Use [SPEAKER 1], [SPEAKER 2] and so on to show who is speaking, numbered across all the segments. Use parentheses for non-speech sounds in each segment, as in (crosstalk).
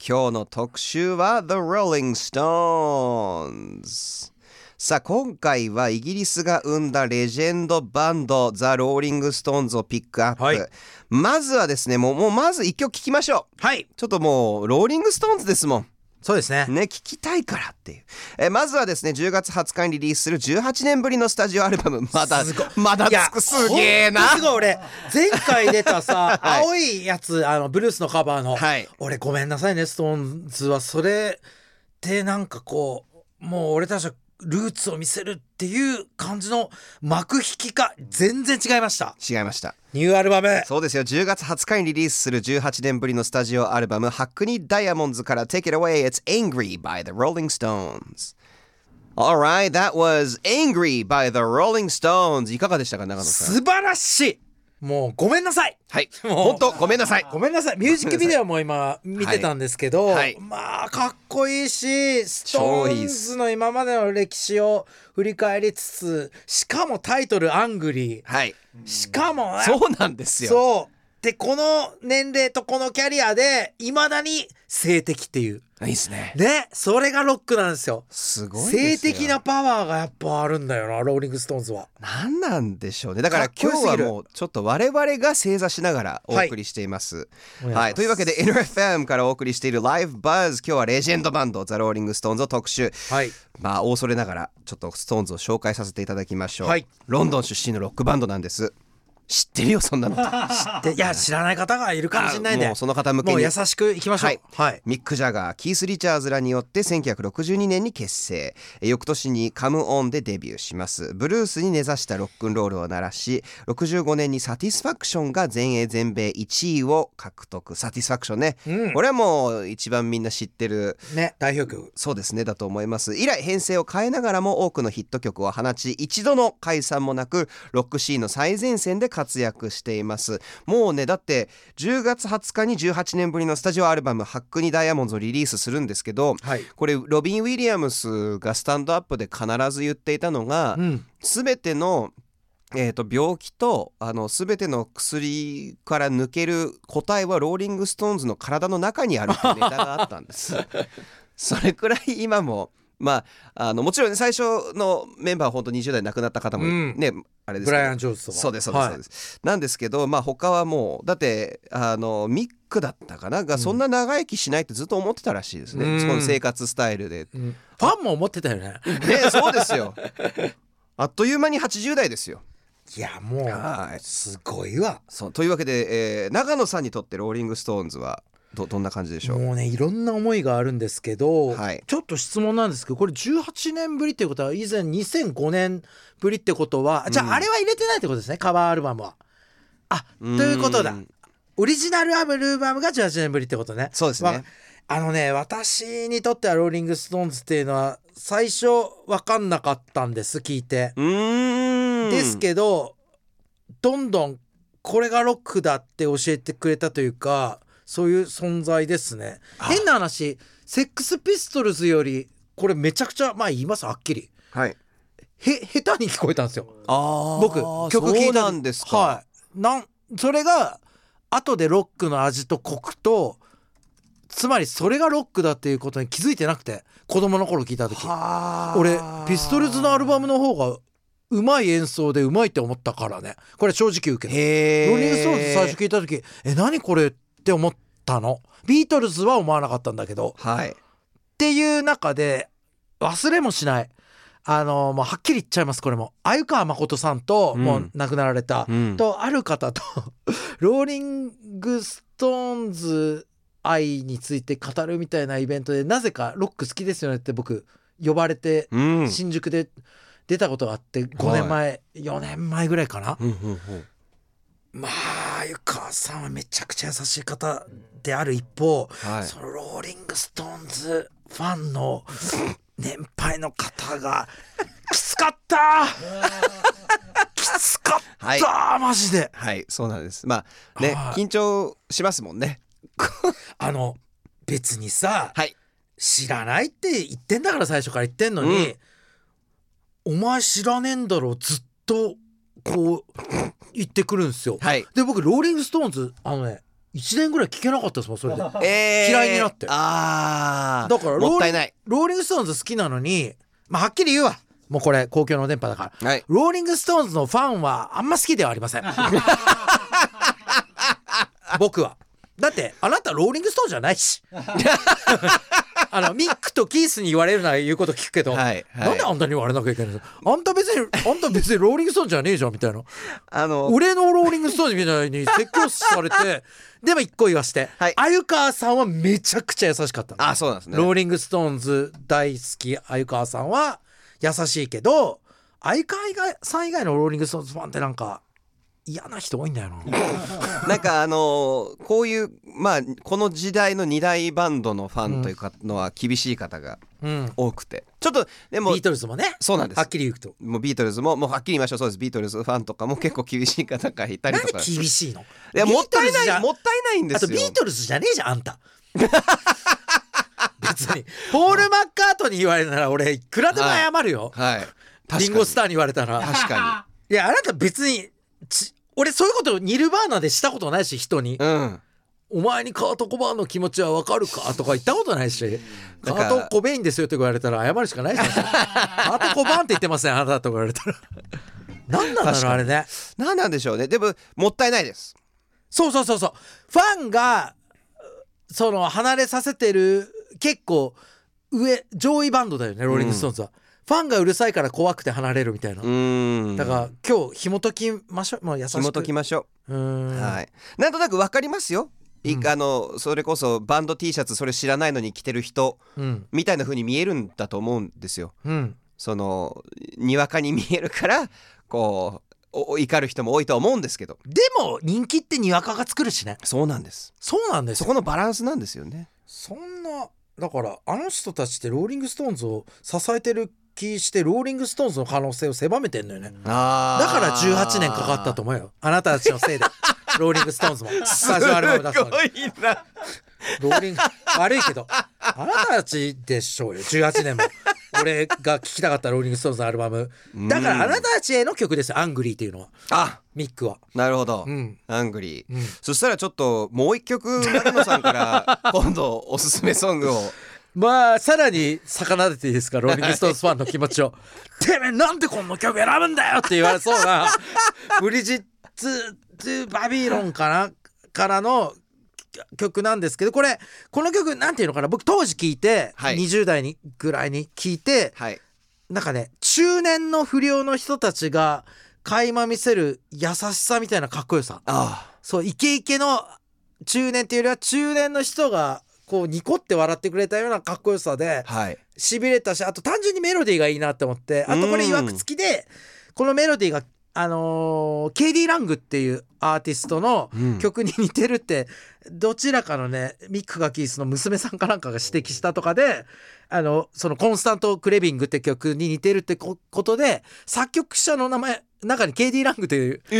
[SPEAKER 1] 今日の特集は The Rolling Stones さあ今回はイギリスが生んだレジェンドバンドザ・ローリング・ストーンズをピックアップ、
[SPEAKER 2] はい
[SPEAKER 1] まずはですねもうもうまず一曲聴きましょう
[SPEAKER 2] はい
[SPEAKER 1] ちょっともうローリング・ストーンズですもん
[SPEAKER 2] そうですね
[SPEAKER 1] ね、聞きたいからっていう。えーまずはですね、10月20日にリリースする18年ぶりのスタジオアルバム、まだ
[SPEAKER 2] すごい、
[SPEAKER 1] まだ
[SPEAKER 2] いや
[SPEAKER 1] つく、すげえな。、
[SPEAKER 2] ほんとすごい俺前回出たさ
[SPEAKER 1] (laughs) はい
[SPEAKER 2] 青いやつあのブルースのカバーの、
[SPEAKER 1] はい
[SPEAKER 2] 俺ごめんなさいねストーンズはそれってなんかこうもう俺たちはルーツを見せるっていう感じの幕引きか全然違いました
[SPEAKER 1] 違いました。
[SPEAKER 2] ニューアルバム
[SPEAKER 1] そうですよ、10月20日にリリースする18年ぶりのスタジオアルバム、ハックニーダイヤモンズから Take It Away, It's Angry by the Rolling Stones。Alright, that was Angry by the Rolling Stones. いかがでしたか、長野さん。
[SPEAKER 2] 素晴らしいもうごめんなさい
[SPEAKER 1] はい、
[SPEAKER 2] もう
[SPEAKER 1] 本当ごめんな
[SPEAKER 2] (laughs)
[SPEAKER 1] さい。
[SPEAKER 2] ごめんなさいミュージックビデオも今見てたんですけど、
[SPEAKER 1] はい
[SPEAKER 2] まあかっこいいしストーンズの今までの歴史を振り返りつつしかもタイトル「アングリー
[SPEAKER 1] はい、」
[SPEAKER 2] しかも
[SPEAKER 1] そうなんですよ。
[SPEAKER 2] そうでこの年齢とこのキャリアでいまだに性的っていう
[SPEAKER 1] いいですね。
[SPEAKER 2] ねそれがロックなんですよ
[SPEAKER 1] すごいで
[SPEAKER 2] 性
[SPEAKER 1] すよ
[SPEAKER 2] 的なパワーがやっぱあるんだよなローリング・ストーンズは。
[SPEAKER 1] 何なんでしょうねだから
[SPEAKER 2] かっ
[SPEAKER 1] 今
[SPEAKER 2] こよ
[SPEAKER 1] 日
[SPEAKER 2] すぎ
[SPEAKER 1] は
[SPEAKER 2] る
[SPEAKER 1] もうちょっと我々が正座しながらお送りしています。はい、
[SPEAKER 2] いお願いします
[SPEAKER 1] というわけで NFM からお送りしている「ライブバズ今日はレジェンドバンドザ・ローリング・ストーンズを特集
[SPEAKER 2] はい
[SPEAKER 1] まあ恐れながらちょっとストーンズを紹介させていただきましょう、
[SPEAKER 2] はい
[SPEAKER 1] ロンドン出身のロックバンドなんです知ってるよそんなの
[SPEAKER 2] でいや知らない方がいるかもしれないん
[SPEAKER 1] あも
[SPEAKER 2] で
[SPEAKER 1] うその方向けに
[SPEAKER 2] もう優しくいきましょう
[SPEAKER 1] はい
[SPEAKER 2] はい
[SPEAKER 1] ミック・ジャガーキース・リチャーズらによって1962年に結成え翌年に「カム・オン」でデビューしますブルースに根ざしたロックンロールを鳴らし65年に「サティスファクション」が全英全米1位を獲得サティスファクションね、
[SPEAKER 2] うん
[SPEAKER 1] これはもう一番みんな知ってる
[SPEAKER 2] ね代表曲
[SPEAKER 1] そうですねだと思います以来編成を変えながらも多くのヒット曲を放ち一度の解散もなくロックシーンの最前線で活躍していますもうねだって10月20日に18年ぶりのスタジオアルバム「ハックニダイヤモンズ」をリリースするんですけど
[SPEAKER 2] はい
[SPEAKER 1] これロビン・ウィリアムスがスタンドアップで必ず言っていたのが、
[SPEAKER 2] うん
[SPEAKER 1] 全ての、えー、と病気とあの全ての薬から抜ける答えはローリング・ストーンズの体の中にあるって
[SPEAKER 2] (laughs)
[SPEAKER 1] いうネタがあったんですそれくらい今もまああのもちろんね最初のメンバーは本当20代亡くなった方も
[SPEAKER 2] うん
[SPEAKER 1] ね、あれです
[SPEAKER 2] ブ
[SPEAKER 1] け
[SPEAKER 2] ライア
[SPEAKER 1] ど
[SPEAKER 2] ン・ジョーズとか
[SPEAKER 1] そうですそうです、そう
[SPEAKER 2] はい
[SPEAKER 1] ですなんですけどまあ他はもうだってあのミックだったかながそんな長生きしないってずっと思ってたらしいですね、
[SPEAKER 2] うん
[SPEAKER 1] その生活スタイルで
[SPEAKER 2] うんファンも思ってたよね
[SPEAKER 1] ねそうです
[SPEAKER 2] (laughs)
[SPEAKER 1] よあっという間に80代ですよ
[SPEAKER 2] いやも
[SPEAKER 1] はいう
[SPEAKER 2] すごいわ
[SPEAKER 1] そうというわけで、えー長野さんにとってローリング・ストーンズはどどんな感じでしょう
[SPEAKER 2] もうねいろんな思いがあるんですけど
[SPEAKER 1] はい
[SPEAKER 2] ちょっと質問なんですけどこれ18年ぶりっていうことは以前2005年ぶりってことはじゃ
[SPEAKER 1] うん
[SPEAKER 2] ああれは入れてないってことですねカバーアルバムはあと
[SPEAKER 1] うん
[SPEAKER 2] いうことだオリジナルアルバムが18年ぶりってことね
[SPEAKER 1] そうですね
[SPEAKER 2] わあのね私にとってはローリング・ストーンズっていうのは最初分かんなかったんです聞いて
[SPEAKER 1] うーん
[SPEAKER 2] ですけどどんどんこれがロックだって教えてくれたというかそういう存在ですね変な話セックスピストルズよりこれめちゃくちゃまあ言いますはっきり
[SPEAKER 1] はい
[SPEAKER 2] へ下手に聞こえたんですよ
[SPEAKER 1] あ
[SPEAKER 2] 僕曲聴いた時
[SPEAKER 1] そうなんですか、
[SPEAKER 2] はいなんそれが後でロックの味とコクとつまりそれがロックだっていうことに気づいてなくて子供の頃聞いた時
[SPEAKER 1] はー
[SPEAKER 2] 俺ピストルズのアルバムの方がうまい演奏でうまいって思ったからねこれ正直受け
[SPEAKER 1] へ
[SPEAKER 2] た
[SPEAKER 1] ー
[SPEAKER 2] ローリング・ストーンズ最初聞いた時え何これって思ったのビートルズは思わなかったんだけど
[SPEAKER 1] はい
[SPEAKER 2] っていう中で忘れもしないあのもうはっきり言っちゃいますこれも鮎川誠さんと
[SPEAKER 1] うん
[SPEAKER 2] もう亡くなられた、
[SPEAKER 1] うん
[SPEAKER 2] とある方と (laughs) ローリング・ストーンズ愛について語るみたいなイベントでなぜかロック好きですよねって僕呼ばれて
[SPEAKER 1] うんうん
[SPEAKER 2] 新宿で出たことがあって5年前、4年前ぐらいかな、
[SPEAKER 1] うんうん
[SPEAKER 2] まあ鮎川さんはめちゃくちゃ優しい方である一方
[SPEAKER 1] はい
[SPEAKER 2] そのローリング・ストーンズファ
[SPEAKER 1] (laughs)
[SPEAKER 2] ンの年配の方がきつかった
[SPEAKER 1] (laughs)
[SPEAKER 2] きつかった、マジで
[SPEAKER 1] はいそうなんですまあね
[SPEAKER 2] はい
[SPEAKER 1] 緊張しますもんね
[SPEAKER 2] あの別にさ、
[SPEAKER 1] はい
[SPEAKER 2] 知らないって言ってんだから最初から言ってんのに、お前知らねえんだろずっとこう言ってくるんですよ。
[SPEAKER 1] はい
[SPEAKER 2] で僕ローリング・ストーンズあのね1年ぐらい聞けなかったですもんそ
[SPEAKER 1] (laughs)
[SPEAKER 2] れで
[SPEAKER 1] えー
[SPEAKER 2] 嫌いになって
[SPEAKER 1] ああ
[SPEAKER 2] だからローリン
[SPEAKER 1] もったいない
[SPEAKER 2] ローリング・ストーンズ好きなのにまあはっきり言うわもうこれ公共の電波だから
[SPEAKER 1] はい
[SPEAKER 2] ローリング・ストーンズのファンはあんま好きではあ
[SPEAKER 1] (laughs)
[SPEAKER 2] りません僕はだってあなたローリング・ストーンじゃな
[SPEAKER 1] (laughs)
[SPEAKER 2] いしあのミックとキースに言われるなら言うこと聞くけど、
[SPEAKER 1] はいはい
[SPEAKER 2] なんであんたに言われなきゃいけないのあんた別にあんた別にローリング・ストーンじゃねえじゃんみたいな
[SPEAKER 1] あの
[SPEAKER 2] 俺のローリング・ストーンズみた
[SPEAKER 1] (laughs)
[SPEAKER 2] いに説教されてでも一個言わして
[SPEAKER 1] はい
[SPEAKER 2] 鮎川さんはめちゃくちゃ優しかったの
[SPEAKER 1] あそうなんですね
[SPEAKER 2] ローリング・ストーンズ大好き鮎川さんは優しいけど鮎川以外さん以外のローリング・ストーンズファンってなんか嫌な人多いんだよな
[SPEAKER 1] なんかあのーこういうまあこの時代の二大バンドのファンというかのは厳しい方が
[SPEAKER 2] うん
[SPEAKER 1] 多くてちょっとでも
[SPEAKER 2] ビートルズもね
[SPEAKER 1] そうなんです
[SPEAKER 2] はっきり言うと
[SPEAKER 1] もうビートルズももうはっきり言いましょうそうですビートルズファンとかも結構厳しい方がいたり
[SPEAKER 2] 何
[SPEAKER 1] とか
[SPEAKER 2] 厳しいの
[SPEAKER 1] いやもったい
[SPEAKER 2] ビートルズじ
[SPEAKER 1] な
[SPEAKER 2] ゃ
[SPEAKER 1] いもったいないんで
[SPEAKER 2] あ
[SPEAKER 1] す
[SPEAKER 2] と
[SPEAKER 1] よ
[SPEAKER 2] ビートルズじゃねえじゃんあ
[SPEAKER 1] (laughs)
[SPEAKER 2] んた別にポール・マッカートに言われるなら俺いくらでも謝るよ、
[SPEAKER 1] はい確かに
[SPEAKER 2] リンゴスターに言われたら
[SPEAKER 1] 確か
[SPEAKER 2] いやあなた別にち俺そういうことニルバーナでしたことないし人に
[SPEAKER 1] (laughs) にうん
[SPEAKER 2] お前にカート・コバーンの気持ちはわかるかとか言ったことないし、カ
[SPEAKER 1] だから
[SPEAKER 2] ート・コベインですよとか言われたら謝るしかない
[SPEAKER 1] (laughs)
[SPEAKER 2] ですよ。カート・コバーンって言ってません、あなたとか言われたら。なんなんだ
[SPEAKER 1] 確
[SPEAKER 2] ろ
[SPEAKER 1] か
[SPEAKER 2] う、
[SPEAKER 1] に
[SPEAKER 2] あれね。
[SPEAKER 1] 何なんでしょうねでももったいないです
[SPEAKER 2] そうそうそうそう。ファンが、その、離れさせてる、結構、上、上位バンドだよね、ローリング・ストーンズは。ファンがうるさいから怖くて離れるみたいな。
[SPEAKER 1] うーん
[SPEAKER 2] だから、今日、紐解きましょう。もう優しく。
[SPEAKER 1] 紐解きましょ
[SPEAKER 2] うー
[SPEAKER 1] う、
[SPEAKER 2] ん。
[SPEAKER 1] はいなんとなくわかりますよい
[SPEAKER 2] うん
[SPEAKER 1] あのそれこそバンド T シャツそれ知らないのに着てる人
[SPEAKER 2] うん。
[SPEAKER 1] みたいな風に見えるんだと思うんですよ
[SPEAKER 2] うん。
[SPEAKER 1] そのにわかに見えるからこうおお怒る人も多いとは思うんですけど
[SPEAKER 2] でも、人気ってにわかが作るしね。
[SPEAKER 1] そうなんです
[SPEAKER 2] そうなんです
[SPEAKER 1] そ
[SPEAKER 2] よ
[SPEAKER 1] このバランスなんですよね
[SPEAKER 2] そんなだからあの人たちってローリング・ストーンズを支えてる気してローリング・ストーンズの可能性を狭めてんのよね
[SPEAKER 1] あ
[SPEAKER 2] だから18年かかったと思うよあなたたちのせいで (laughs) ローリング・ストーンズもスタジオアルバム出すのに
[SPEAKER 1] いな
[SPEAKER 2] ローリング悪いけどあなたたちでしょうよ18年も (laughs) 俺が聴きたかったローリング・ストーンズのアルバムだからあなたたちへの曲ですよアングリーっていうのは
[SPEAKER 1] あ
[SPEAKER 2] ミックは
[SPEAKER 1] なるほど、
[SPEAKER 2] うん
[SPEAKER 1] アングリー、
[SPEAKER 2] うん
[SPEAKER 1] そしたらちょっともう一曲牧野さんから
[SPEAKER 2] (laughs)
[SPEAKER 1] 今度おすすめソングを
[SPEAKER 2] まあさらに逆なでていいです (laughs) かローリング・ストーンズファンの気持ちを「 (laughs) てめえなんでこの曲選ぶんだよ!」って言われそう (laughs) なブリジッツ・トゥ・バビロンかなからの曲なんですけどこれこの曲なんていうのかな僕当時聞いて、
[SPEAKER 1] はい
[SPEAKER 2] 20代にぐらいに聞いて
[SPEAKER 1] はい
[SPEAKER 2] なんかね中年の不良の人たちが垣間見せる優しさみたいなかっこよさ
[SPEAKER 1] あ
[SPEAKER 2] そうイケイケの中年っていうよりは中年の人がこうニコって笑ってくれたようなかっこよさで
[SPEAKER 1] はい
[SPEAKER 2] しびれたしあと単純にメロディーがいいなって思ってあとこれ
[SPEAKER 1] うん
[SPEAKER 2] いわくつきでこのメロディーがあのー、ケイディ・ラングっていうアーティストの
[SPEAKER 1] うん
[SPEAKER 2] 曲に似てるってどちらかのねミック・ガキースの娘さんかなんかが指摘したとかであのその「コンスタント・クレビング」って曲に似てるってこことで作曲者の名前中にケイディ・ラングという
[SPEAKER 1] え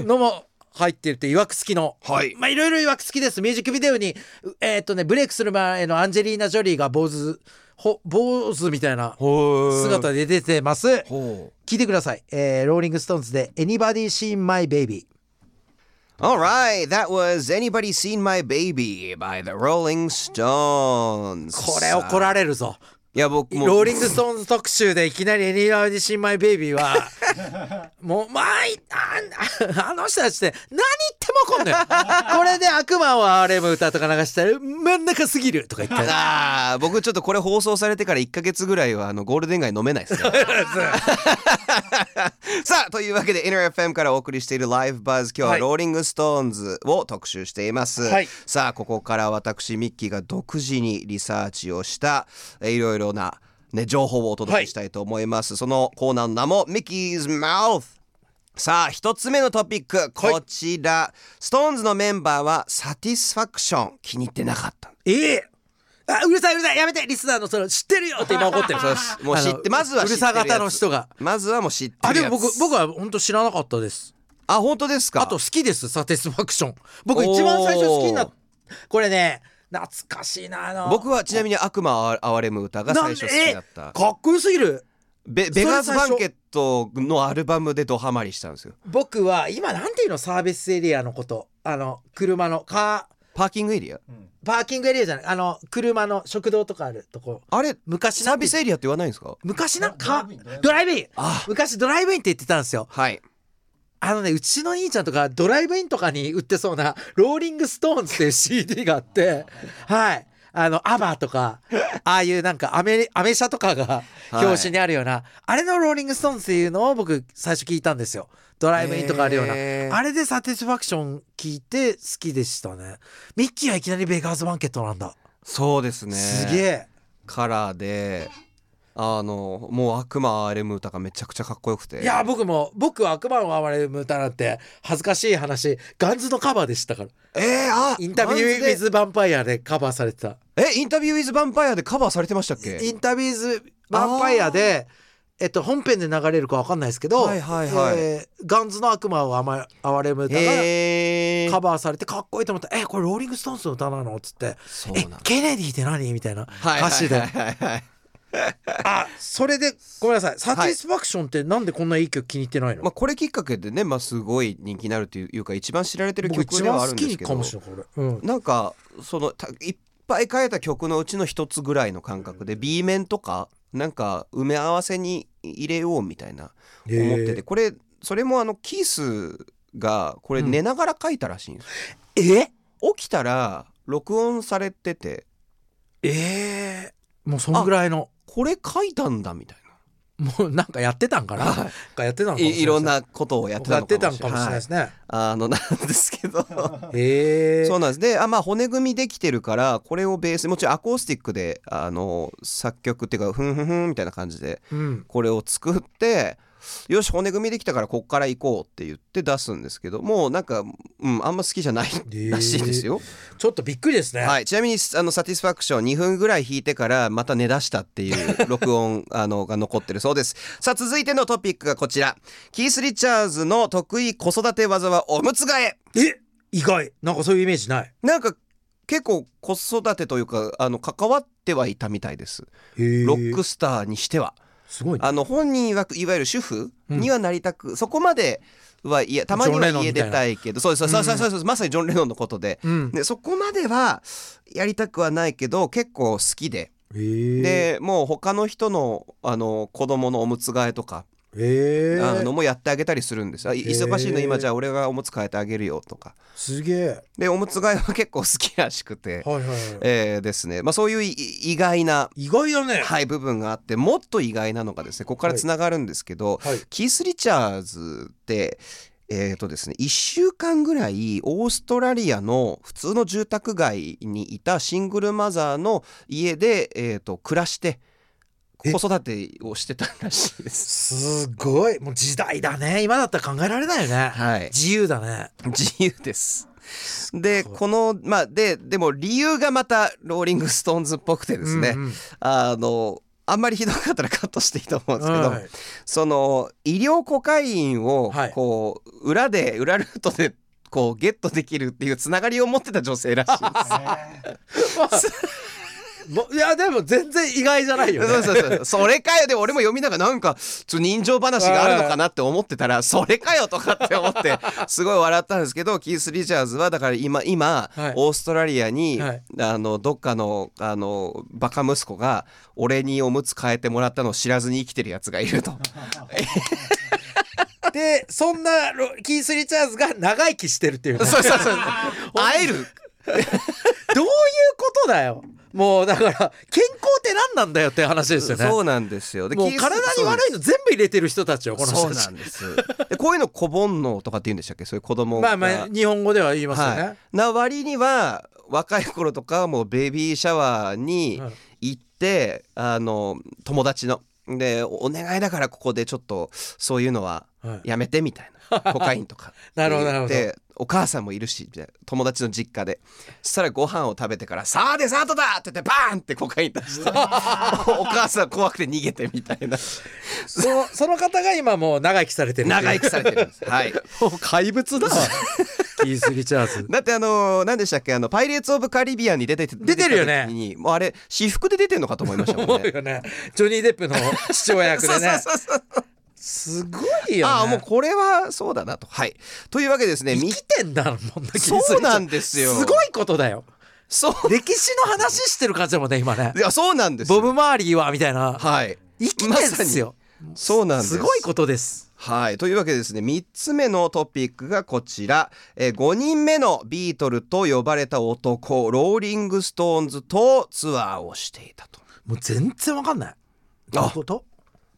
[SPEAKER 1] ー、
[SPEAKER 2] のも入ってるっていわくつきの。
[SPEAKER 1] はい
[SPEAKER 2] まあいろいろいわくつきですミュージックビデオにうえーっとねブレイクする前のアンジェリーナ・ジョリーが坊主ほ坊主みたいな
[SPEAKER 1] ほう
[SPEAKER 2] 姿で出てます
[SPEAKER 1] ほ
[SPEAKER 2] 聞いてください、えーローリング・ストーンズで「Anybody Seen My Baby
[SPEAKER 1] う Alright that was Anybody Seen My Baby by the Rolling Stones」
[SPEAKER 2] これ怒られるぞ
[SPEAKER 1] いや僕も
[SPEAKER 2] ローリング・ストーンズ特集でいきなり「Anybody Seen My Baby は」 (laughs) もうまあいああの人たちって何言っても怒んのよこれで「悪魔を RM 歌」とか流したら「真ん中すぎる」とか言って
[SPEAKER 1] あー僕ちょっとこれ放送されてから1か月ぐらいはあのゴールデン街飲めない
[SPEAKER 2] (laughs)
[SPEAKER 1] ですねさあというわけで InnerFM からお送りしている「ライフバズ今日
[SPEAKER 2] は
[SPEAKER 1] はいローリング・ストーンズを特集しています、
[SPEAKER 2] はい
[SPEAKER 1] さあここから私ミッキーが独自にリサーチをしたえいろいろな、ね、情報をお届けしたいと思います、そのコーナーの名も「ミッキーズ・マウス」さあ一つ目のトピックこちら、SixTONES のメンバーはサティスファクション気に入ってなかった
[SPEAKER 2] ええあうるさいうるさいやめてリスナーのその知ってるよって今怒ってる
[SPEAKER 1] (laughs) もう知って
[SPEAKER 2] あの
[SPEAKER 1] まずは
[SPEAKER 2] う
[SPEAKER 1] 知
[SPEAKER 2] る
[SPEAKER 1] ってる
[SPEAKER 2] さ
[SPEAKER 1] やつ
[SPEAKER 2] 型の人が
[SPEAKER 1] まずはもう知ってる
[SPEAKER 2] あ
[SPEAKER 1] やつ
[SPEAKER 2] でも僕僕は本当知らなかったです
[SPEAKER 1] あ本当ですか
[SPEAKER 2] あと好きですサティスファクション僕
[SPEAKER 1] おー
[SPEAKER 2] 一番最初好きになこれね懐かしいなあの
[SPEAKER 1] 僕はちなみに悪魔あわれむ歌が最初好きだっ
[SPEAKER 2] な
[SPEAKER 1] た
[SPEAKER 2] んでえかっこよすぎる
[SPEAKER 1] ベ
[SPEAKER 2] それ
[SPEAKER 1] ベガーズ
[SPEAKER 2] 最
[SPEAKER 1] バ
[SPEAKER 2] 初
[SPEAKER 1] ンケットのアルバムでドハマりしたんですよ
[SPEAKER 2] 僕は今なんていうのサービスエリアのことあの車のカー
[SPEAKER 1] パーキングエリア
[SPEAKER 2] パーキングエリアじゃないあの車の食堂とかあるとこ
[SPEAKER 1] あれ
[SPEAKER 2] 昔
[SPEAKER 1] サ
[SPEAKER 2] な
[SPEAKER 1] ー
[SPEAKER 2] んて
[SPEAKER 1] ビスエリアって言わないんですか
[SPEAKER 2] 昔なんか
[SPEAKER 3] ド
[SPEAKER 2] ドライブイン
[SPEAKER 1] あ
[SPEAKER 2] 昔ドライブインって言ってたんですよ
[SPEAKER 1] はい
[SPEAKER 2] あのねうちの兄ちゃんとかドライブインとかに売ってそうな「ローリング・ストーンズ」っていう CD があってはいあのアバーとかああいうなんかアメリアメ車とかが
[SPEAKER 1] はい
[SPEAKER 2] 表紙にあるような、あれの「ローリング・ストーンズ」っていうのを僕最初聞いたんですよドライブインとかあるような、
[SPEAKER 1] へー
[SPEAKER 2] あれでサティスファクション聞いて好きでしたねミッキーはいきなりベガーズ・バンケットなんだ、
[SPEAKER 1] そうですね
[SPEAKER 2] すげえ
[SPEAKER 1] カラーであのもう悪魔 RM 歌がめちゃくちゃかっこよくて
[SPEAKER 2] いや僕も僕は悪魔を哀れむ歌なんて恥ずかしい話ガンズのカバーでしたから
[SPEAKER 1] えー、あ
[SPEAKER 2] インタビュー・ウ
[SPEAKER 1] マ
[SPEAKER 2] ィ
[SPEAKER 1] ジで
[SPEAKER 2] ズ・ヴァンパイアでカバーされてた
[SPEAKER 1] えインタビューウィズヴァンパイアでカバーされてましたっけ
[SPEAKER 2] インタビューズ・ヴァンパイアで、えっと、本編で流れるか分かんないですけど、
[SPEAKER 1] はいはいはい
[SPEAKER 2] えーガンズの悪魔を甘哀れむ歌が
[SPEAKER 1] へえ
[SPEAKER 2] カバーされてかっこいいと思った「えこれローリング・ストーンズの歌なの?」っつって「
[SPEAKER 1] そう
[SPEAKER 2] え
[SPEAKER 1] なん
[SPEAKER 2] ケネディって何?」みたいな
[SPEAKER 1] はい
[SPEAKER 2] 歌詞で、
[SPEAKER 1] はいはいはいはい
[SPEAKER 2] あそれでごめんなさい「サティスファクション」ってなんでこんないい曲気に入ってないの、
[SPEAKER 1] まあ、これきっかけでね、まあ、すごい人気になるというか一番知られてる
[SPEAKER 2] 僕
[SPEAKER 1] 曲
[SPEAKER 2] 一
[SPEAKER 1] で
[SPEAKER 2] 番
[SPEAKER 1] はある
[SPEAKER 2] 好
[SPEAKER 1] んで
[SPEAKER 2] き
[SPEAKER 1] すけ
[SPEAKER 2] か
[SPEAKER 1] ど
[SPEAKER 2] もしれないこれ、うん、
[SPEAKER 1] なんかそのたいっぱい変えた曲のうちの一つぐらいの感覚で B 面とかなんか埋め合わせに入れようみたいな思っててこれそれもあのキースがこれ寝ながら書いたらしいんですよ
[SPEAKER 2] えー
[SPEAKER 1] 起きたら録音されてて
[SPEAKER 2] ええーもうそんぐらいの
[SPEAKER 1] これ書いたんだみたい
[SPEAKER 2] もうなんかやってたんかな
[SPEAKER 1] (laughs)
[SPEAKER 2] なん
[SPEAKER 1] な
[SPEAKER 2] かやってたんかもしれない
[SPEAKER 1] いいろんなことをや
[SPEAKER 2] や
[SPEAKER 1] ってた
[SPEAKER 2] っ
[SPEAKER 1] の
[SPEAKER 2] て
[SPEAKER 1] か
[SPEAKER 2] た
[SPEAKER 1] も
[SPEAKER 2] ん
[SPEAKER 1] し
[SPEAKER 2] か
[SPEAKER 1] れ
[SPEAKER 2] もし
[SPEAKER 1] な
[SPEAKER 2] れな
[SPEAKER 1] い、は
[SPEAKER 2] いで
[SPEAKER 1] い
[SPEAKER 2] すね
[SPEAKER 1] あのなんですけど
[SPEAKER 2] ええ
[SPEAKER 1] そうなんですであまあ骨組みできてるからこれをベースにもちろんアコースティックであの作曲っていうかふんふんふんみたいな感じで
[SPEAKER 2] うん
[SPEAKER 1] これを作ってよし骨組みできたからこっから行こうって言って出すんですけどもうなんか、うん、あんま好きじゃない
[SPEAKER 2] ー
[SPEAKER 1] らしいですよ、
[SPEAKER 2] ちょっとびっくりですね、
[SPEAKER 1] はい、ちなみにあのサティスファクション2分ぐらい弾いてからまた寝出したっていう録音あのが残ってるそうですさあ続いてのトピックがこちらキース・リチャーズの得意子育て技はおむつ替え
[SPEAKER 2] え意外なんかそういうイメージない
[SPEAKER 1] なんか結構子育てというかあの関わってはいたみたいです
[SPEAKER 2] ロ
[SPEAKER 1] ロックスターにしては
[SPEAKER 2] すごいね
[SPEAKER 1] あの本人曰くいわゆる主婦
[SPEAKER 2] うん
[SPEAKER 1] にはなりたく、そこまではいやたまに
[SPEAKER 2] ジ
[SPEAKER 1] は
[SPEAKER 2] ョンレノン
[SPEAKER 1] 家
[SPEAKER 2] みたいな
[SPEAKER 1] 出たいけどそうですそうですそうですそうですまさにジョン・レノンのことで
[SPEAKER 2] うん
[SPEAKER 1] でそこまではやりたくはないけど結構好きで
[SPEAKER 2] えー、
[SPEAKER 1] でもう他の人のあの子供のおむつ替えとか、
[SPEAKER 2] えー、
[SPEAKER 1] あのもやってあげたりするんですよあい
[SPEAKER 2] えー
[SPEAKER 1] 忙しいの今じゃあ俺がおむつ替えてあげるよとか
[SPEAKER 2] すげえ
[SPEAKER 1] でおむつ替えは結構好きらしくて、
[SPEAKER 2] はいはい、はい、
[SPEAKER 1] えーですね、まあ、そういうい意外な、
[SPEAKER 2] 意外だね
[SPEAKER 1] はい、部分があってもっと意外なのがですねここからつながるんですけど、
[SPEAKER 2] はい
[SPEAKER 1] キース・リチャーズってえーとですね、1週間ぐらいオーストラリアの普通の住宅街にいたシングルマザーの家で、えー、と暮らして子
[SPEAKER 2] え
[SPEAKER 1] 育てをしてたらしい
[SPEAKER 2] (laughs)
[SPEAKER 1] です。
[SPEAKER 2] すごいもう時代だね今だったら考えられないよね、
[SPEAKER 1] はい、
[SPEAKER 2] 自由だね
[SPEAKER 1] 自由です。で
[SPEAKER 2] ごい
[SPEAKER 1] このまあででも理由がまたローリング・ストーンズっぽくてですね、
[SPEAKER 2] うんうん
[SPEAKER 1] あのあんまりひどかったらカットしていいと思うんですけど、
[SPEAKER 2] はい
[SPEAKER 1] その医療コカインを
[SPEAKER 2] はい
[SPEAKER 1] こう裏で裏ルートでこうゲットできるっていうつながりを持ってた女性らしいです。
[SPEAKER 2] もいやでも全然意外じゃ (laughs) ないよね
[SPEAKER 1] そうそうそうそれかよでも俺も読みながらなんかちょっと人情話があるのかなって思ってたらそれかよとかって思
[SPEAKER 2] (laughs)
[SPEAKER 1] ってすごい笑ったんですけどキース・リチャーズはだから今今、
[SPEAKER 2] はい
[SPEAKER 1] オーストラリアに、
[SPEAKER 2] はい
[SPEAKER 1] あのどっかのあのバカ息子が俺におむつ変えてもらったのを知らずに生きてるやつがいると。
[SPEAKER 2] でそんなロキース・リチャーズが長生きしてるっていうね
[SPEAKER 1] そうそうそう (laughs) 会える
[SPEAKER 2] どういうことだよもうだから健康って何なんだよっていう話ですよね
[SPEAKER 1] そうなんですよ。で
[SPEAKER 2] もう
[SPEAKER 1] キース
[SPEAKER 2] 体に悪いの全部入れてる人たちよこの
[SPEAKER 1] そ
[SPEAKER 2] 人
[SPEAKER 1] う
[SPEAKER 2] た
[SPEAKER 1] な
[SPEAKER 2] ち
[SPEAKER 1] んです。そうなんですでこういうの小煩悩とかって言うんでしたっけそういう子供が。
[SPEAKER 2] まあまあ日本語では言いますよね、
[SPEAKER 1] はい、な割には若い頃とかはもうベビーシャワーに
[SPEAKER 2] はい
[SPEAKER 1] 行って、あの友達のでおお願いだからここでちょっとそういうのは
[SPEAKER 2] はい
[SPEAKER 1] やめてみたい
[SPEAKER 2] (laughs)
[SPEAKER 1] なコカインとか
[SPEAKER 2] なるほどなるほど
[SPEAKER 1] でお母さんもいるしみたいな友達の実家でそしたらご飯を食べてから「さあデザートだ!」って言ってバーンってコカイン出して
[SPEAKER 2] (laughs)
[SPEAKER 1] お母さん怖くて逃げてみたいな
[SPEAKER 2] そのその方が今もう長生きされてる
[SPEAKER 1] 長生きされてるんです。はい
[SPEAKER 2] もう怪物 (laughs) だわキース・リチャーズ
[SPEAKER 1] だってあのー何でしたっけあのパイレーツ・オブ・カリビアンに出てて
[SPEAKER 2] 出てるよね
[SPEAKER 1] 出てきた時にもうあれ
[SPEAKER 2] (laughs)
[SPEAKER 1] 私服で出てんのかと思いましたもん
[SPEAKER 2] 思う
[SPEAKER 1] ね。
[SPEAKER 2] よねジョニー・デップの父親役でね
[SPEAKER 1] そうそうそう
[SPEAKER 2] すごいよね
[SPEAKER 1] ああもうこれはそうだなと。はい、というわけでですね
[SPEAKER 2] 生
[SPEAKER 1] み
[SPEAKER 2] きてんだもんな
[SPEAKER 1] そうなん
[SPEAKER 2] で
[SPEAKER 1] ですよ。
[SPEAKER 2] すごいことだよ
[SPEAKER 1] そう
[SPEAKER 2] 歴史の話してる感じだもんね今ね
[SPEAKER 1] いやそうなんですよ
[SPEAKER 2] ボブ・マーリーはみたいな
[SPEAKER 1] はい
[SPEAKER 2] 生きてんすよ、
[SPEAKER 1] そうなんです
[SPEAKER 2] すごいことです
[SPEAKER 1] はいというわけでですね3つ目のトピックがこちら、え5人目のビートルと呼ばれた男ローリング・ストーンズとツアーをしていたと
[SPEAKER 2] もう全然わかんないどういうこと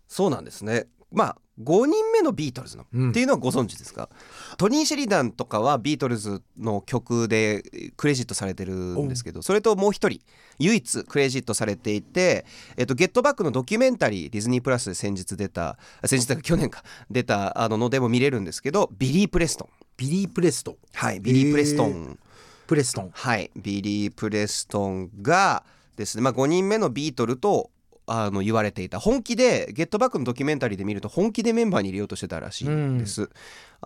[SPEAKER 1] そうなんですねまあ5人目のビートルズの、
[SPEAKER 2] うん
[SPEAKER 1] っていうのはご存知ですかトニー・シェリダンとかはビートルズの曲でクレジットされてるんですけどそれともう一人唯一クレジットされていて「えっと、ゲットバック」のドキュメンタリーディズニープラスで先日出たあ先日だから去年か出たあののでも見れるんですけどビリー・プレストン
[SPEAKER 2] ビリー・プレスト
[SPEAKER 1] はいビリー・プレストン
[SPEAKER 2] プレストン
[SPEAKER 1] はい、ビリー・プレストンがですね、まあ、5人目のビートルとあの言われていた本気で「ゲットバック」のドキュメンタリーで見ると本気でメンバーに入れようとしてたらしいんです、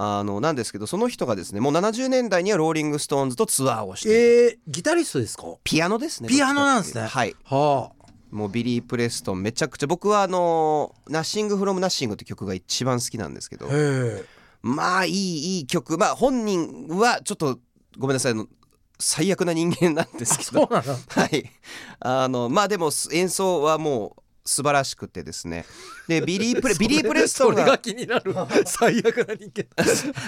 [SPEAKER 1] あのなんですけどその人がですねもう70年代にはローリング・ストーンズとツアーをしている、
[SPEAKER 2] えー、ギタリストですか
[SPEAKER 1] ピアノですね
[SPEAKER 2] ピアノなんですね
[SPEAKER 1] はい
[SPEAKER 2] はあ
[SPEAKER 1] もうビリー・プレストンめちゃくちゃ僕はあの「ナッシング・フロム・ナッシング」って曲が一番好きなんですけど
[SPEAKER 2] へえ
[SPEAKER 1] まあいいいい曲まあ本人はちょっとごめんなさいあの最悪な人間なんですけど
[SPEAKER 2] そうなの
[SPEAKER 1] はい、あのまあでもす演奏はもう素晴らしくてですね
[SPEAKER 2] (laughs)
[SPEAKER 1] でビリー・プレビリープレストン
[SPEAKER 2] それが
[SPEAKER 1] が
[SPEAKER 2] 気にな
[SPEAKER 1] (laughs)
[SPEAKER 2] る最悪な人間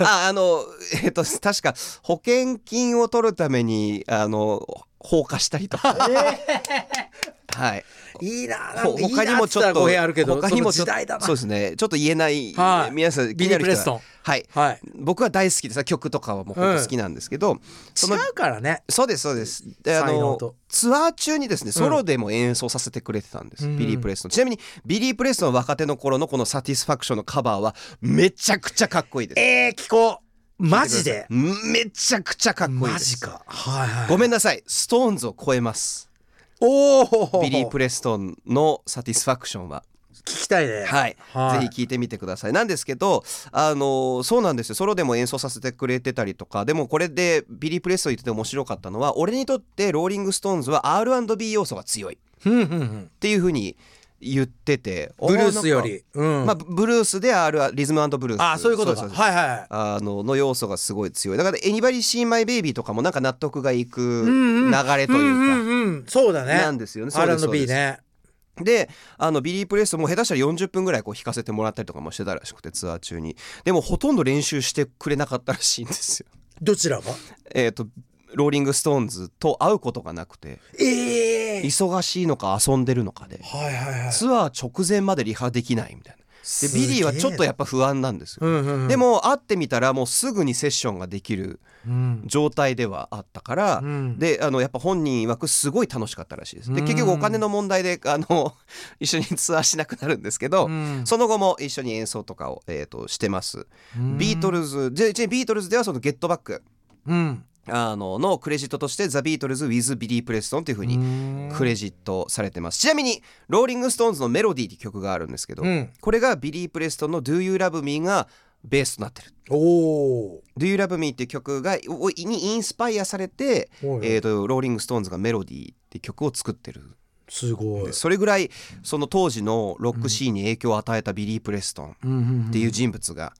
[SPEAKER 1] ああの、えっと確か保険金を取るためにあの放火したりとか、はい、
[SPEAKER 2] (laughs) いいななん
[SPEAKER 1] ほ
[SPEAKER 2] かいい
[SPEAKER 1] 他
[SPEAKER 2] な
[SPEAKER 1] にもちょっと
[SPEAKER 2] 語弊あるけど
[SPEAKER 1] 他にもち
[SPEAKER 2] そ
[SPEAKER 1] ょっ
[SPEAKER 2] の時代だ
[SPEAKER 1] と
[SPEAKER 2] な
[SPEAKER 1] そうですねちょっと言えない、
[SPEAKER 2] はい
[SPEAKER 1] 皆さん気
[SPEAKER 2] ビ
[SPEAKER 1] に
[SPEAKER 2] リ
[SPEAKER 1] な
[SPEAKER 2] ー・
[SPEAKER 1] る人
[SPEAKER 2] プレ
[SPEAKER 1] は
[SPEAKER 2] ストン
[SPEAKER 1] はい
[SPEAKER 2] はい
[SPEAKER 1] 僕は大好きです曲とかはもう本当好きなんですけど、そ
[SPEAKER 2] 違
[SPEAKER 1] の
[SPEAKER 2] うからね
[SPEAKER 1] そうですそうです。であ
[SPEAKER 2] 才能
[SPEAKER 1] の
[SPEAKER 2] と
[SPEAKER 1] ツアー中にですねソロでも演奏させてくれてたんです、
[SPEAKER 2] うん
[SPEAKER 1] ビリー・プレストンちなみにビリー・プレストンの若手の頃のこの「サティスファクション」のカバーはめちゃくちゃかっこいいです
[SPEAKER 2] えー、聞こうマジで
[SPEAKER 1] めちゃくちゃかっこいいで
[SPEAKER 2] マ
[SPEAKER 1] す
[SPEAKER 2] ジかはいはい
[SPEAKER 1] ごめんなさいストーンズを超えます
[SPEAKER 2] おお
[SPEAKER 1] ビリー・プレストンの「サティスファクションは」
[SPEAKER 2] 聞きたいね
[SPEAKER 1] はい、
[SPEAKER 2] はい
[SPEAKER 1] ぜひ聞いてみてくださいなんですけどあのそうなんですよソロでも演奏させてくれてたりとかでもこれでビリー・プレストン言ってて面白かったのは俺にとってローリング・ストーンズは R&B 要素が強い
[SPEAKER 2] うんうんうん
[SPEAKER 1] っていうふうに言ってて
[SPEAKER 2] ブルースよ、りう
[SPEAKER 1] あ
[SPEAKER 2] ん
[SPEAKER 1] なんかまあ、ブルースであるリズムブルース
[SPEAKER 2] あそういうこと
[SPEAKER 1] そ
[SPEAKER 2] か
[SPEAKER 1] そ
[SPEAKER 2] はいはい
[SPEAKER 1] あのの要素がすごい強いだから「Anybody See My Baby」とかもなんか納得がいく
[SPEAKER 2] んうん
[SPEAKER 1] 流れというか。
[SPEAKER 2] んんうんそうだね
[SPEAKER 1] なんですよねそうですそう
[SPEAKER 2] R&B
[SPEAKER 1] です
[SPEAKER 2] ね
[SPEAKER 1] であのビリー・プレストンも下手したら40分ぐらいこう弾かせてもらったりとかもしてたらしくてツアー中にでもほとんど練習してくれなかったらしいんですよ。 (laughs)
[SPEAKER 2] どちらが
[SPEAKER 1] えっとローリング・ストーンズと会うことがなくて
[SPEAKER 2] ええ
[SPEAKER 1] 忙しいのか遊んでるのかで
[SPEAKER 2] はいはいはい
[SPEAKER 1] ツアー直前までリハできないみたいな。でビリーはちょっとやっぱ不安なんですよ。
[SPEAKER 2] うんうんうん
[SPEAKER 1] でも会ってみたらもうすぐにセッションができる
[SPEAKER 2] うん
[SPEAKER 1] 状態ではあったから、
[SPEAKER 2] うん
[SPEAKER 1] であのやっぱ本人曰くすごい楽しかったらしいです。で
[SPEAKER 2] うん
[SPEAKER 1] 結局お金の問題であの (laughs) 一緒にツアーしなくなるんですけど、
[SPEAKER 2] うん
[SPEAKER 1] その後も一緒に演奏とかを、えー、としてます。ビートルズででビートルズではその「ゲットバック
[SPEAKER 2] うん
[SPEAKER 1] あののクレジットとして「ザ・ビートルズ・ウィズ・ビリー・プレストン」というふうにクレジットされてます。ちなみに「ローリング・ストーンズ」の「メロディー」って曲があるんですけど、
[SPEAKER 2] うん
[SPEAKER 1] これがビリー・プレストンの「Do You Love Me」がベースとなってる。
[SPEAKER 2] おお
[SPEAKER 1] Do You Love Me って曲がおにインスパイアされて、
[SPEAKER 2] おい
[SPEAKER 1] えー、とローリング・ストーンズが「メロディー」って曲を作ってる
[SPEAKER 2] すごい
[SPEAKER 1] それぐらいその当時のロックシーンに影響を与えたビリー・プレストン
[SPEAKER 2] うんうん
[SPEAKER 1] っていう人物が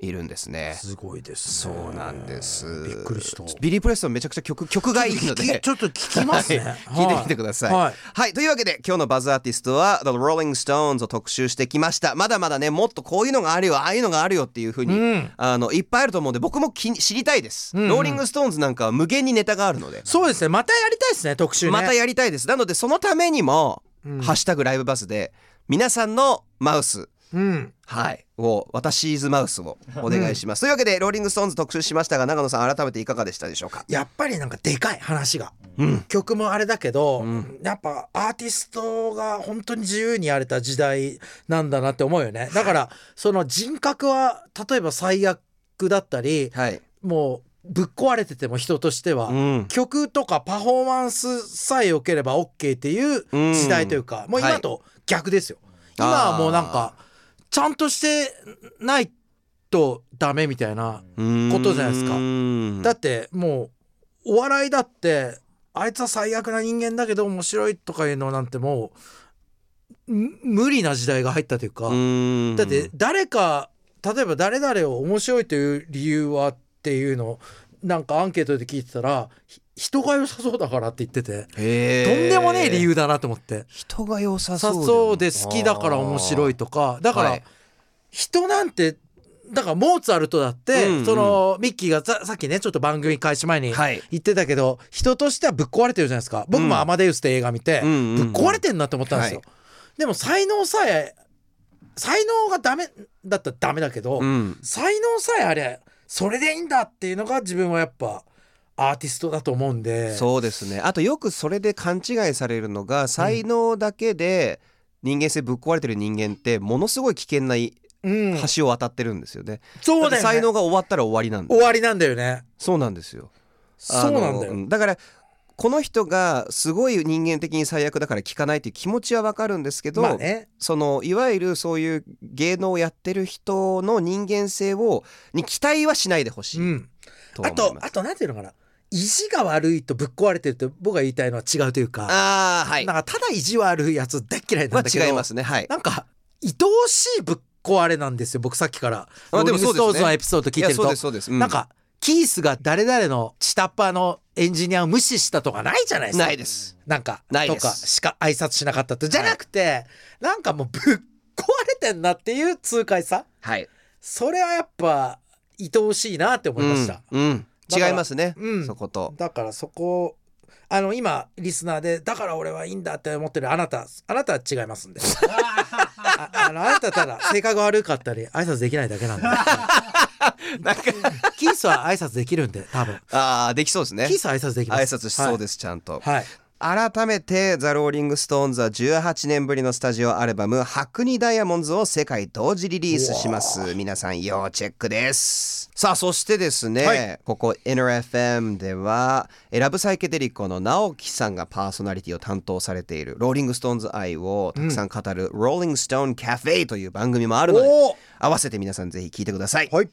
[SPEAKER 1] いるんですね。
[SPEAKER 2] すごいです
[SPEAKER 1] そ
[SPEAKER 2] ね
[SPEAKER 1] うなんです
[SPEAKER 2] びっくりした
[SPEAKER 1] ビリー・プレストンめちゃくちゃ曲曲がいいので
[SPEAKER 2] ちょっと聞きますね
[SPEAKER 1] 聞いてみてください。
[SPEAKER 2] は
[SPEAKER 1] はいい、というわけで今日のバズアーティストは The Rolling Stones を特集してきました。まだまだねもっとこういうのがあるよああいうのがあるよっていうふうに、
[SPEAKER 2] うん
[SPEAKER 1] あのいっぱいあると思うんで僕も気に知りたいです。
[SPEAKER 2] んうん
[SPEAKER 1] ローリング・ストーンズなんかは無限にネタがあるので。
[SPEAKER 2] そうですねまたやりたいですね特集ね
[SPEAKER 1] またやりたいです。なのでそのためにも、
[SPEAKER 2] うん
[SPEAKER 1] ハッシュタグライブバスで皆さんのマウス
[SPEAKER 2] うん
[SPEAKER 1] はいを私イズマウスをお願いします。というわけでローリングストーンズ特集しましたが長野さん改めていかがでしたでしょうか。
[SPEAKER 2] やっぱりなんかでかい話が
[SPEAKER 1] うん。
[SPEAKER 2] 曲もあれだけど、やっぱアーティストが本当に自由にやれた時代なんだなって思うよねだからその人格は例えば最悪だったり
[SPEAKER 1] はい。
[SPEAKER 2] もうぶっ壊れてても人としては、
[SPEAKER 1] うん。
[SPEAKER 2] 曲とかパフォーマンスさえ良ければ OK っていう時代というか、
[SPEAKER 1] うん
[SPEAKER 2] もう今と逆ですよ、
[SPEAKER 1] あー
[SPEAKER 2] 今はもうなんかちゃんとしてないとダメみたいなことじゃないですか
[SPEAKER 1] す
[SPEAKER 2] だってもうお笑いだってあいつは最悪な人間だけど面白いとかいうのなんてもうむ無理な時代が入ったというか、
[SPEAKER 1] うーん
[SPEAKER 2] だって誰か例えば誰々を面白いという理由はっていうのをなんかアンケートで聞いてたらひ人が良さそうだからって言ってて、
[SPEAKER 1] へー
[SPEAKER 2] とんでもねえ理由だなと思って
[SPEAKER 1] 人が良さそうだよ
[SPEAKER 2] そうで好きだから面白いとかだから、
[SPEAKER 1] はい
[SPEAKER 2] 人なんてだからモーツァルトだって、
[SPEAKER 1] うんうん
[SPEAKER 2] そのミッキーがささっきねちょっと番組開始前に
[SPEAKER 1] はい
[SPEAKER 2] 言ってたけど、人としてはぶっ壊れてるじゃないですか僕
[SPEAKER 1] うん
[SPEAKER 2] も「アマデウス」って映画見て、
[SPEAKER 1] うんうんうん
[SPEAKER 2] ぶっ壊れてんなって思ったんですよ、
[SPEAKER 1] は
[SPEAKER 2] でも才能さえ才能がダメだったらダメだけど、
[SPEAKER 1] うん
[SPEAKER 2] 才能さえあれそれでいいんだっていうのが自分はやっぱアーティストだと思うんで
[SPEAKER 1] そうですねあとよくそれで勘違いされるのが才能だけで人間性ぶっ壊れてる人間ってものすごい危険な
[SPEAKER 2] う,、ん、
[SPEAKER 1] 橋を渡ってるんですよね。
[SPEAKER 2] そう
[SPEAKER 1] だ
[SPEAKER 2] だ
[SPEAKER 1] って
[SPEAKER 2] よ、ね、
[SPEAKER 1] 才能が終わったら終わりなんで
[SPEAKER 2] 終わりなんだよね
[SPEAKER 1] そうなんですよ。あ
[SPEAKER 2] そう
[SPEAKER 1] の
[SPEAKER 2] なんだよ、
[SPEAKER 1] だからこの人がすごい人間的に最悪だから聞かないっていう気持ちはわかるんですけど、
[SPEAKER 2] まあね
[SPEAKER 1] そのいわゆるそういう芸能をやってる人の人間性をに期待はしないでほし
[SPEAKER 2] う
[SPEAKER 1] い
[SPEAKER 2] ん
[SPEAKER 1] とは思
[SPEAKER 2] あ
[SPEAKER 1] い
[SPEAKER 2] と
[SPEAKER 1] ます。
[SPEAKER 2] あとなんていうのかな意地が悪いとぶっ壊れてると僕が言いたいのは違うというか
[SPEAKER 1] ああはい。
[SPEAKER 2] なんかただ意地悪いやつ大っ嫌いな
[SPEAKER 1] は
[SPEAKER 2] んだけど、
[SPEAKER 1] 違いますねはい。
[SPEAKER 2] なんか愛おしいぶっ壊れなんですよ僕さっきから
[SPEAKER 1] あで
[SPEAKER 2] ロ
[SPEAKER 1] も
[SPEAKER 2] ーリング
[SPEAKER 1] そう
[SPEAKER 2] ス
[SPEAKER 1] ですね
[SPEAKER 2] トーンズのエピソード聞いて
[SPEAKER 1] や
[SPEAKER 2] ると
[SPEAKER 1] そうですそうです。う
[SPEAKER 2] なんかキースが誰々の下っ端のエンジニアを無視したとかないじゃないですか
[SPEAKER 1] ないです。
[SPEAKER 2] なんか
[SPEAKER 1] ない
[SPEAKER 2] と
[SPEAKER 1] です
[SPEAKER 2] かしか挨拶しなかったってじゃなくて、なんかもうぶっ壊れてんなっていう痛快さ
[SPEAKER 1] はい。
[SPEAKER 2] それはやっぱ愛おしいなって思いました、
[SPEAKER 1] うん。うん
[SPEAKER 2] だから
[SPEAKER 1] 違いますね。
[SPEAKER 2] うん
[SPEAKER 1] そこと。
[SPEAKER 2] だからそこあの今リスナーで「だから俺はいいんだ」って思ってるあなたあなたは違いますん
[SPEAKER 1] (laughs)
[SPEAKER 2] でああのあなたただ性格悪かったり挨拶できないだけなんで
[SPEAKER 1] なんか
[SPEAKER 2] キースは挨拶できるんで多分
[SPEAKER 1] ああできそうですね
[SPEAKER 2] キー。スは挨拶できま
[SPEAKER 1] 挨
[SPEAKER 2] す
[SPEAKER 1] 拶しそう
[SPEAKER 2] す
[SPEAKER 1] ですちゃんと。
[SPEAKER 2] はい、はい
[SPEAKER 1] 改めてザ・ローリング・ストーンズは18年ぶりのスタジオアルバム「白にダイヤモンズ」を世界同時リリースします皆さん要チェックですさあそしてですね、
[SPEAKER 2] はい
[SPEAKER 1] ここ NRFM ではラブサイケデリコの直樹さんがパーソナリティを担当されているローリング・ストーンズ愛をたくさん語る「ローリング・ストーン・カフェ」という番組もあるので
[SPEAKER 2] おー
[SPEAKER 1] 合わせて皆さんぜひ聞いてください、
[SPEAKER 2] はい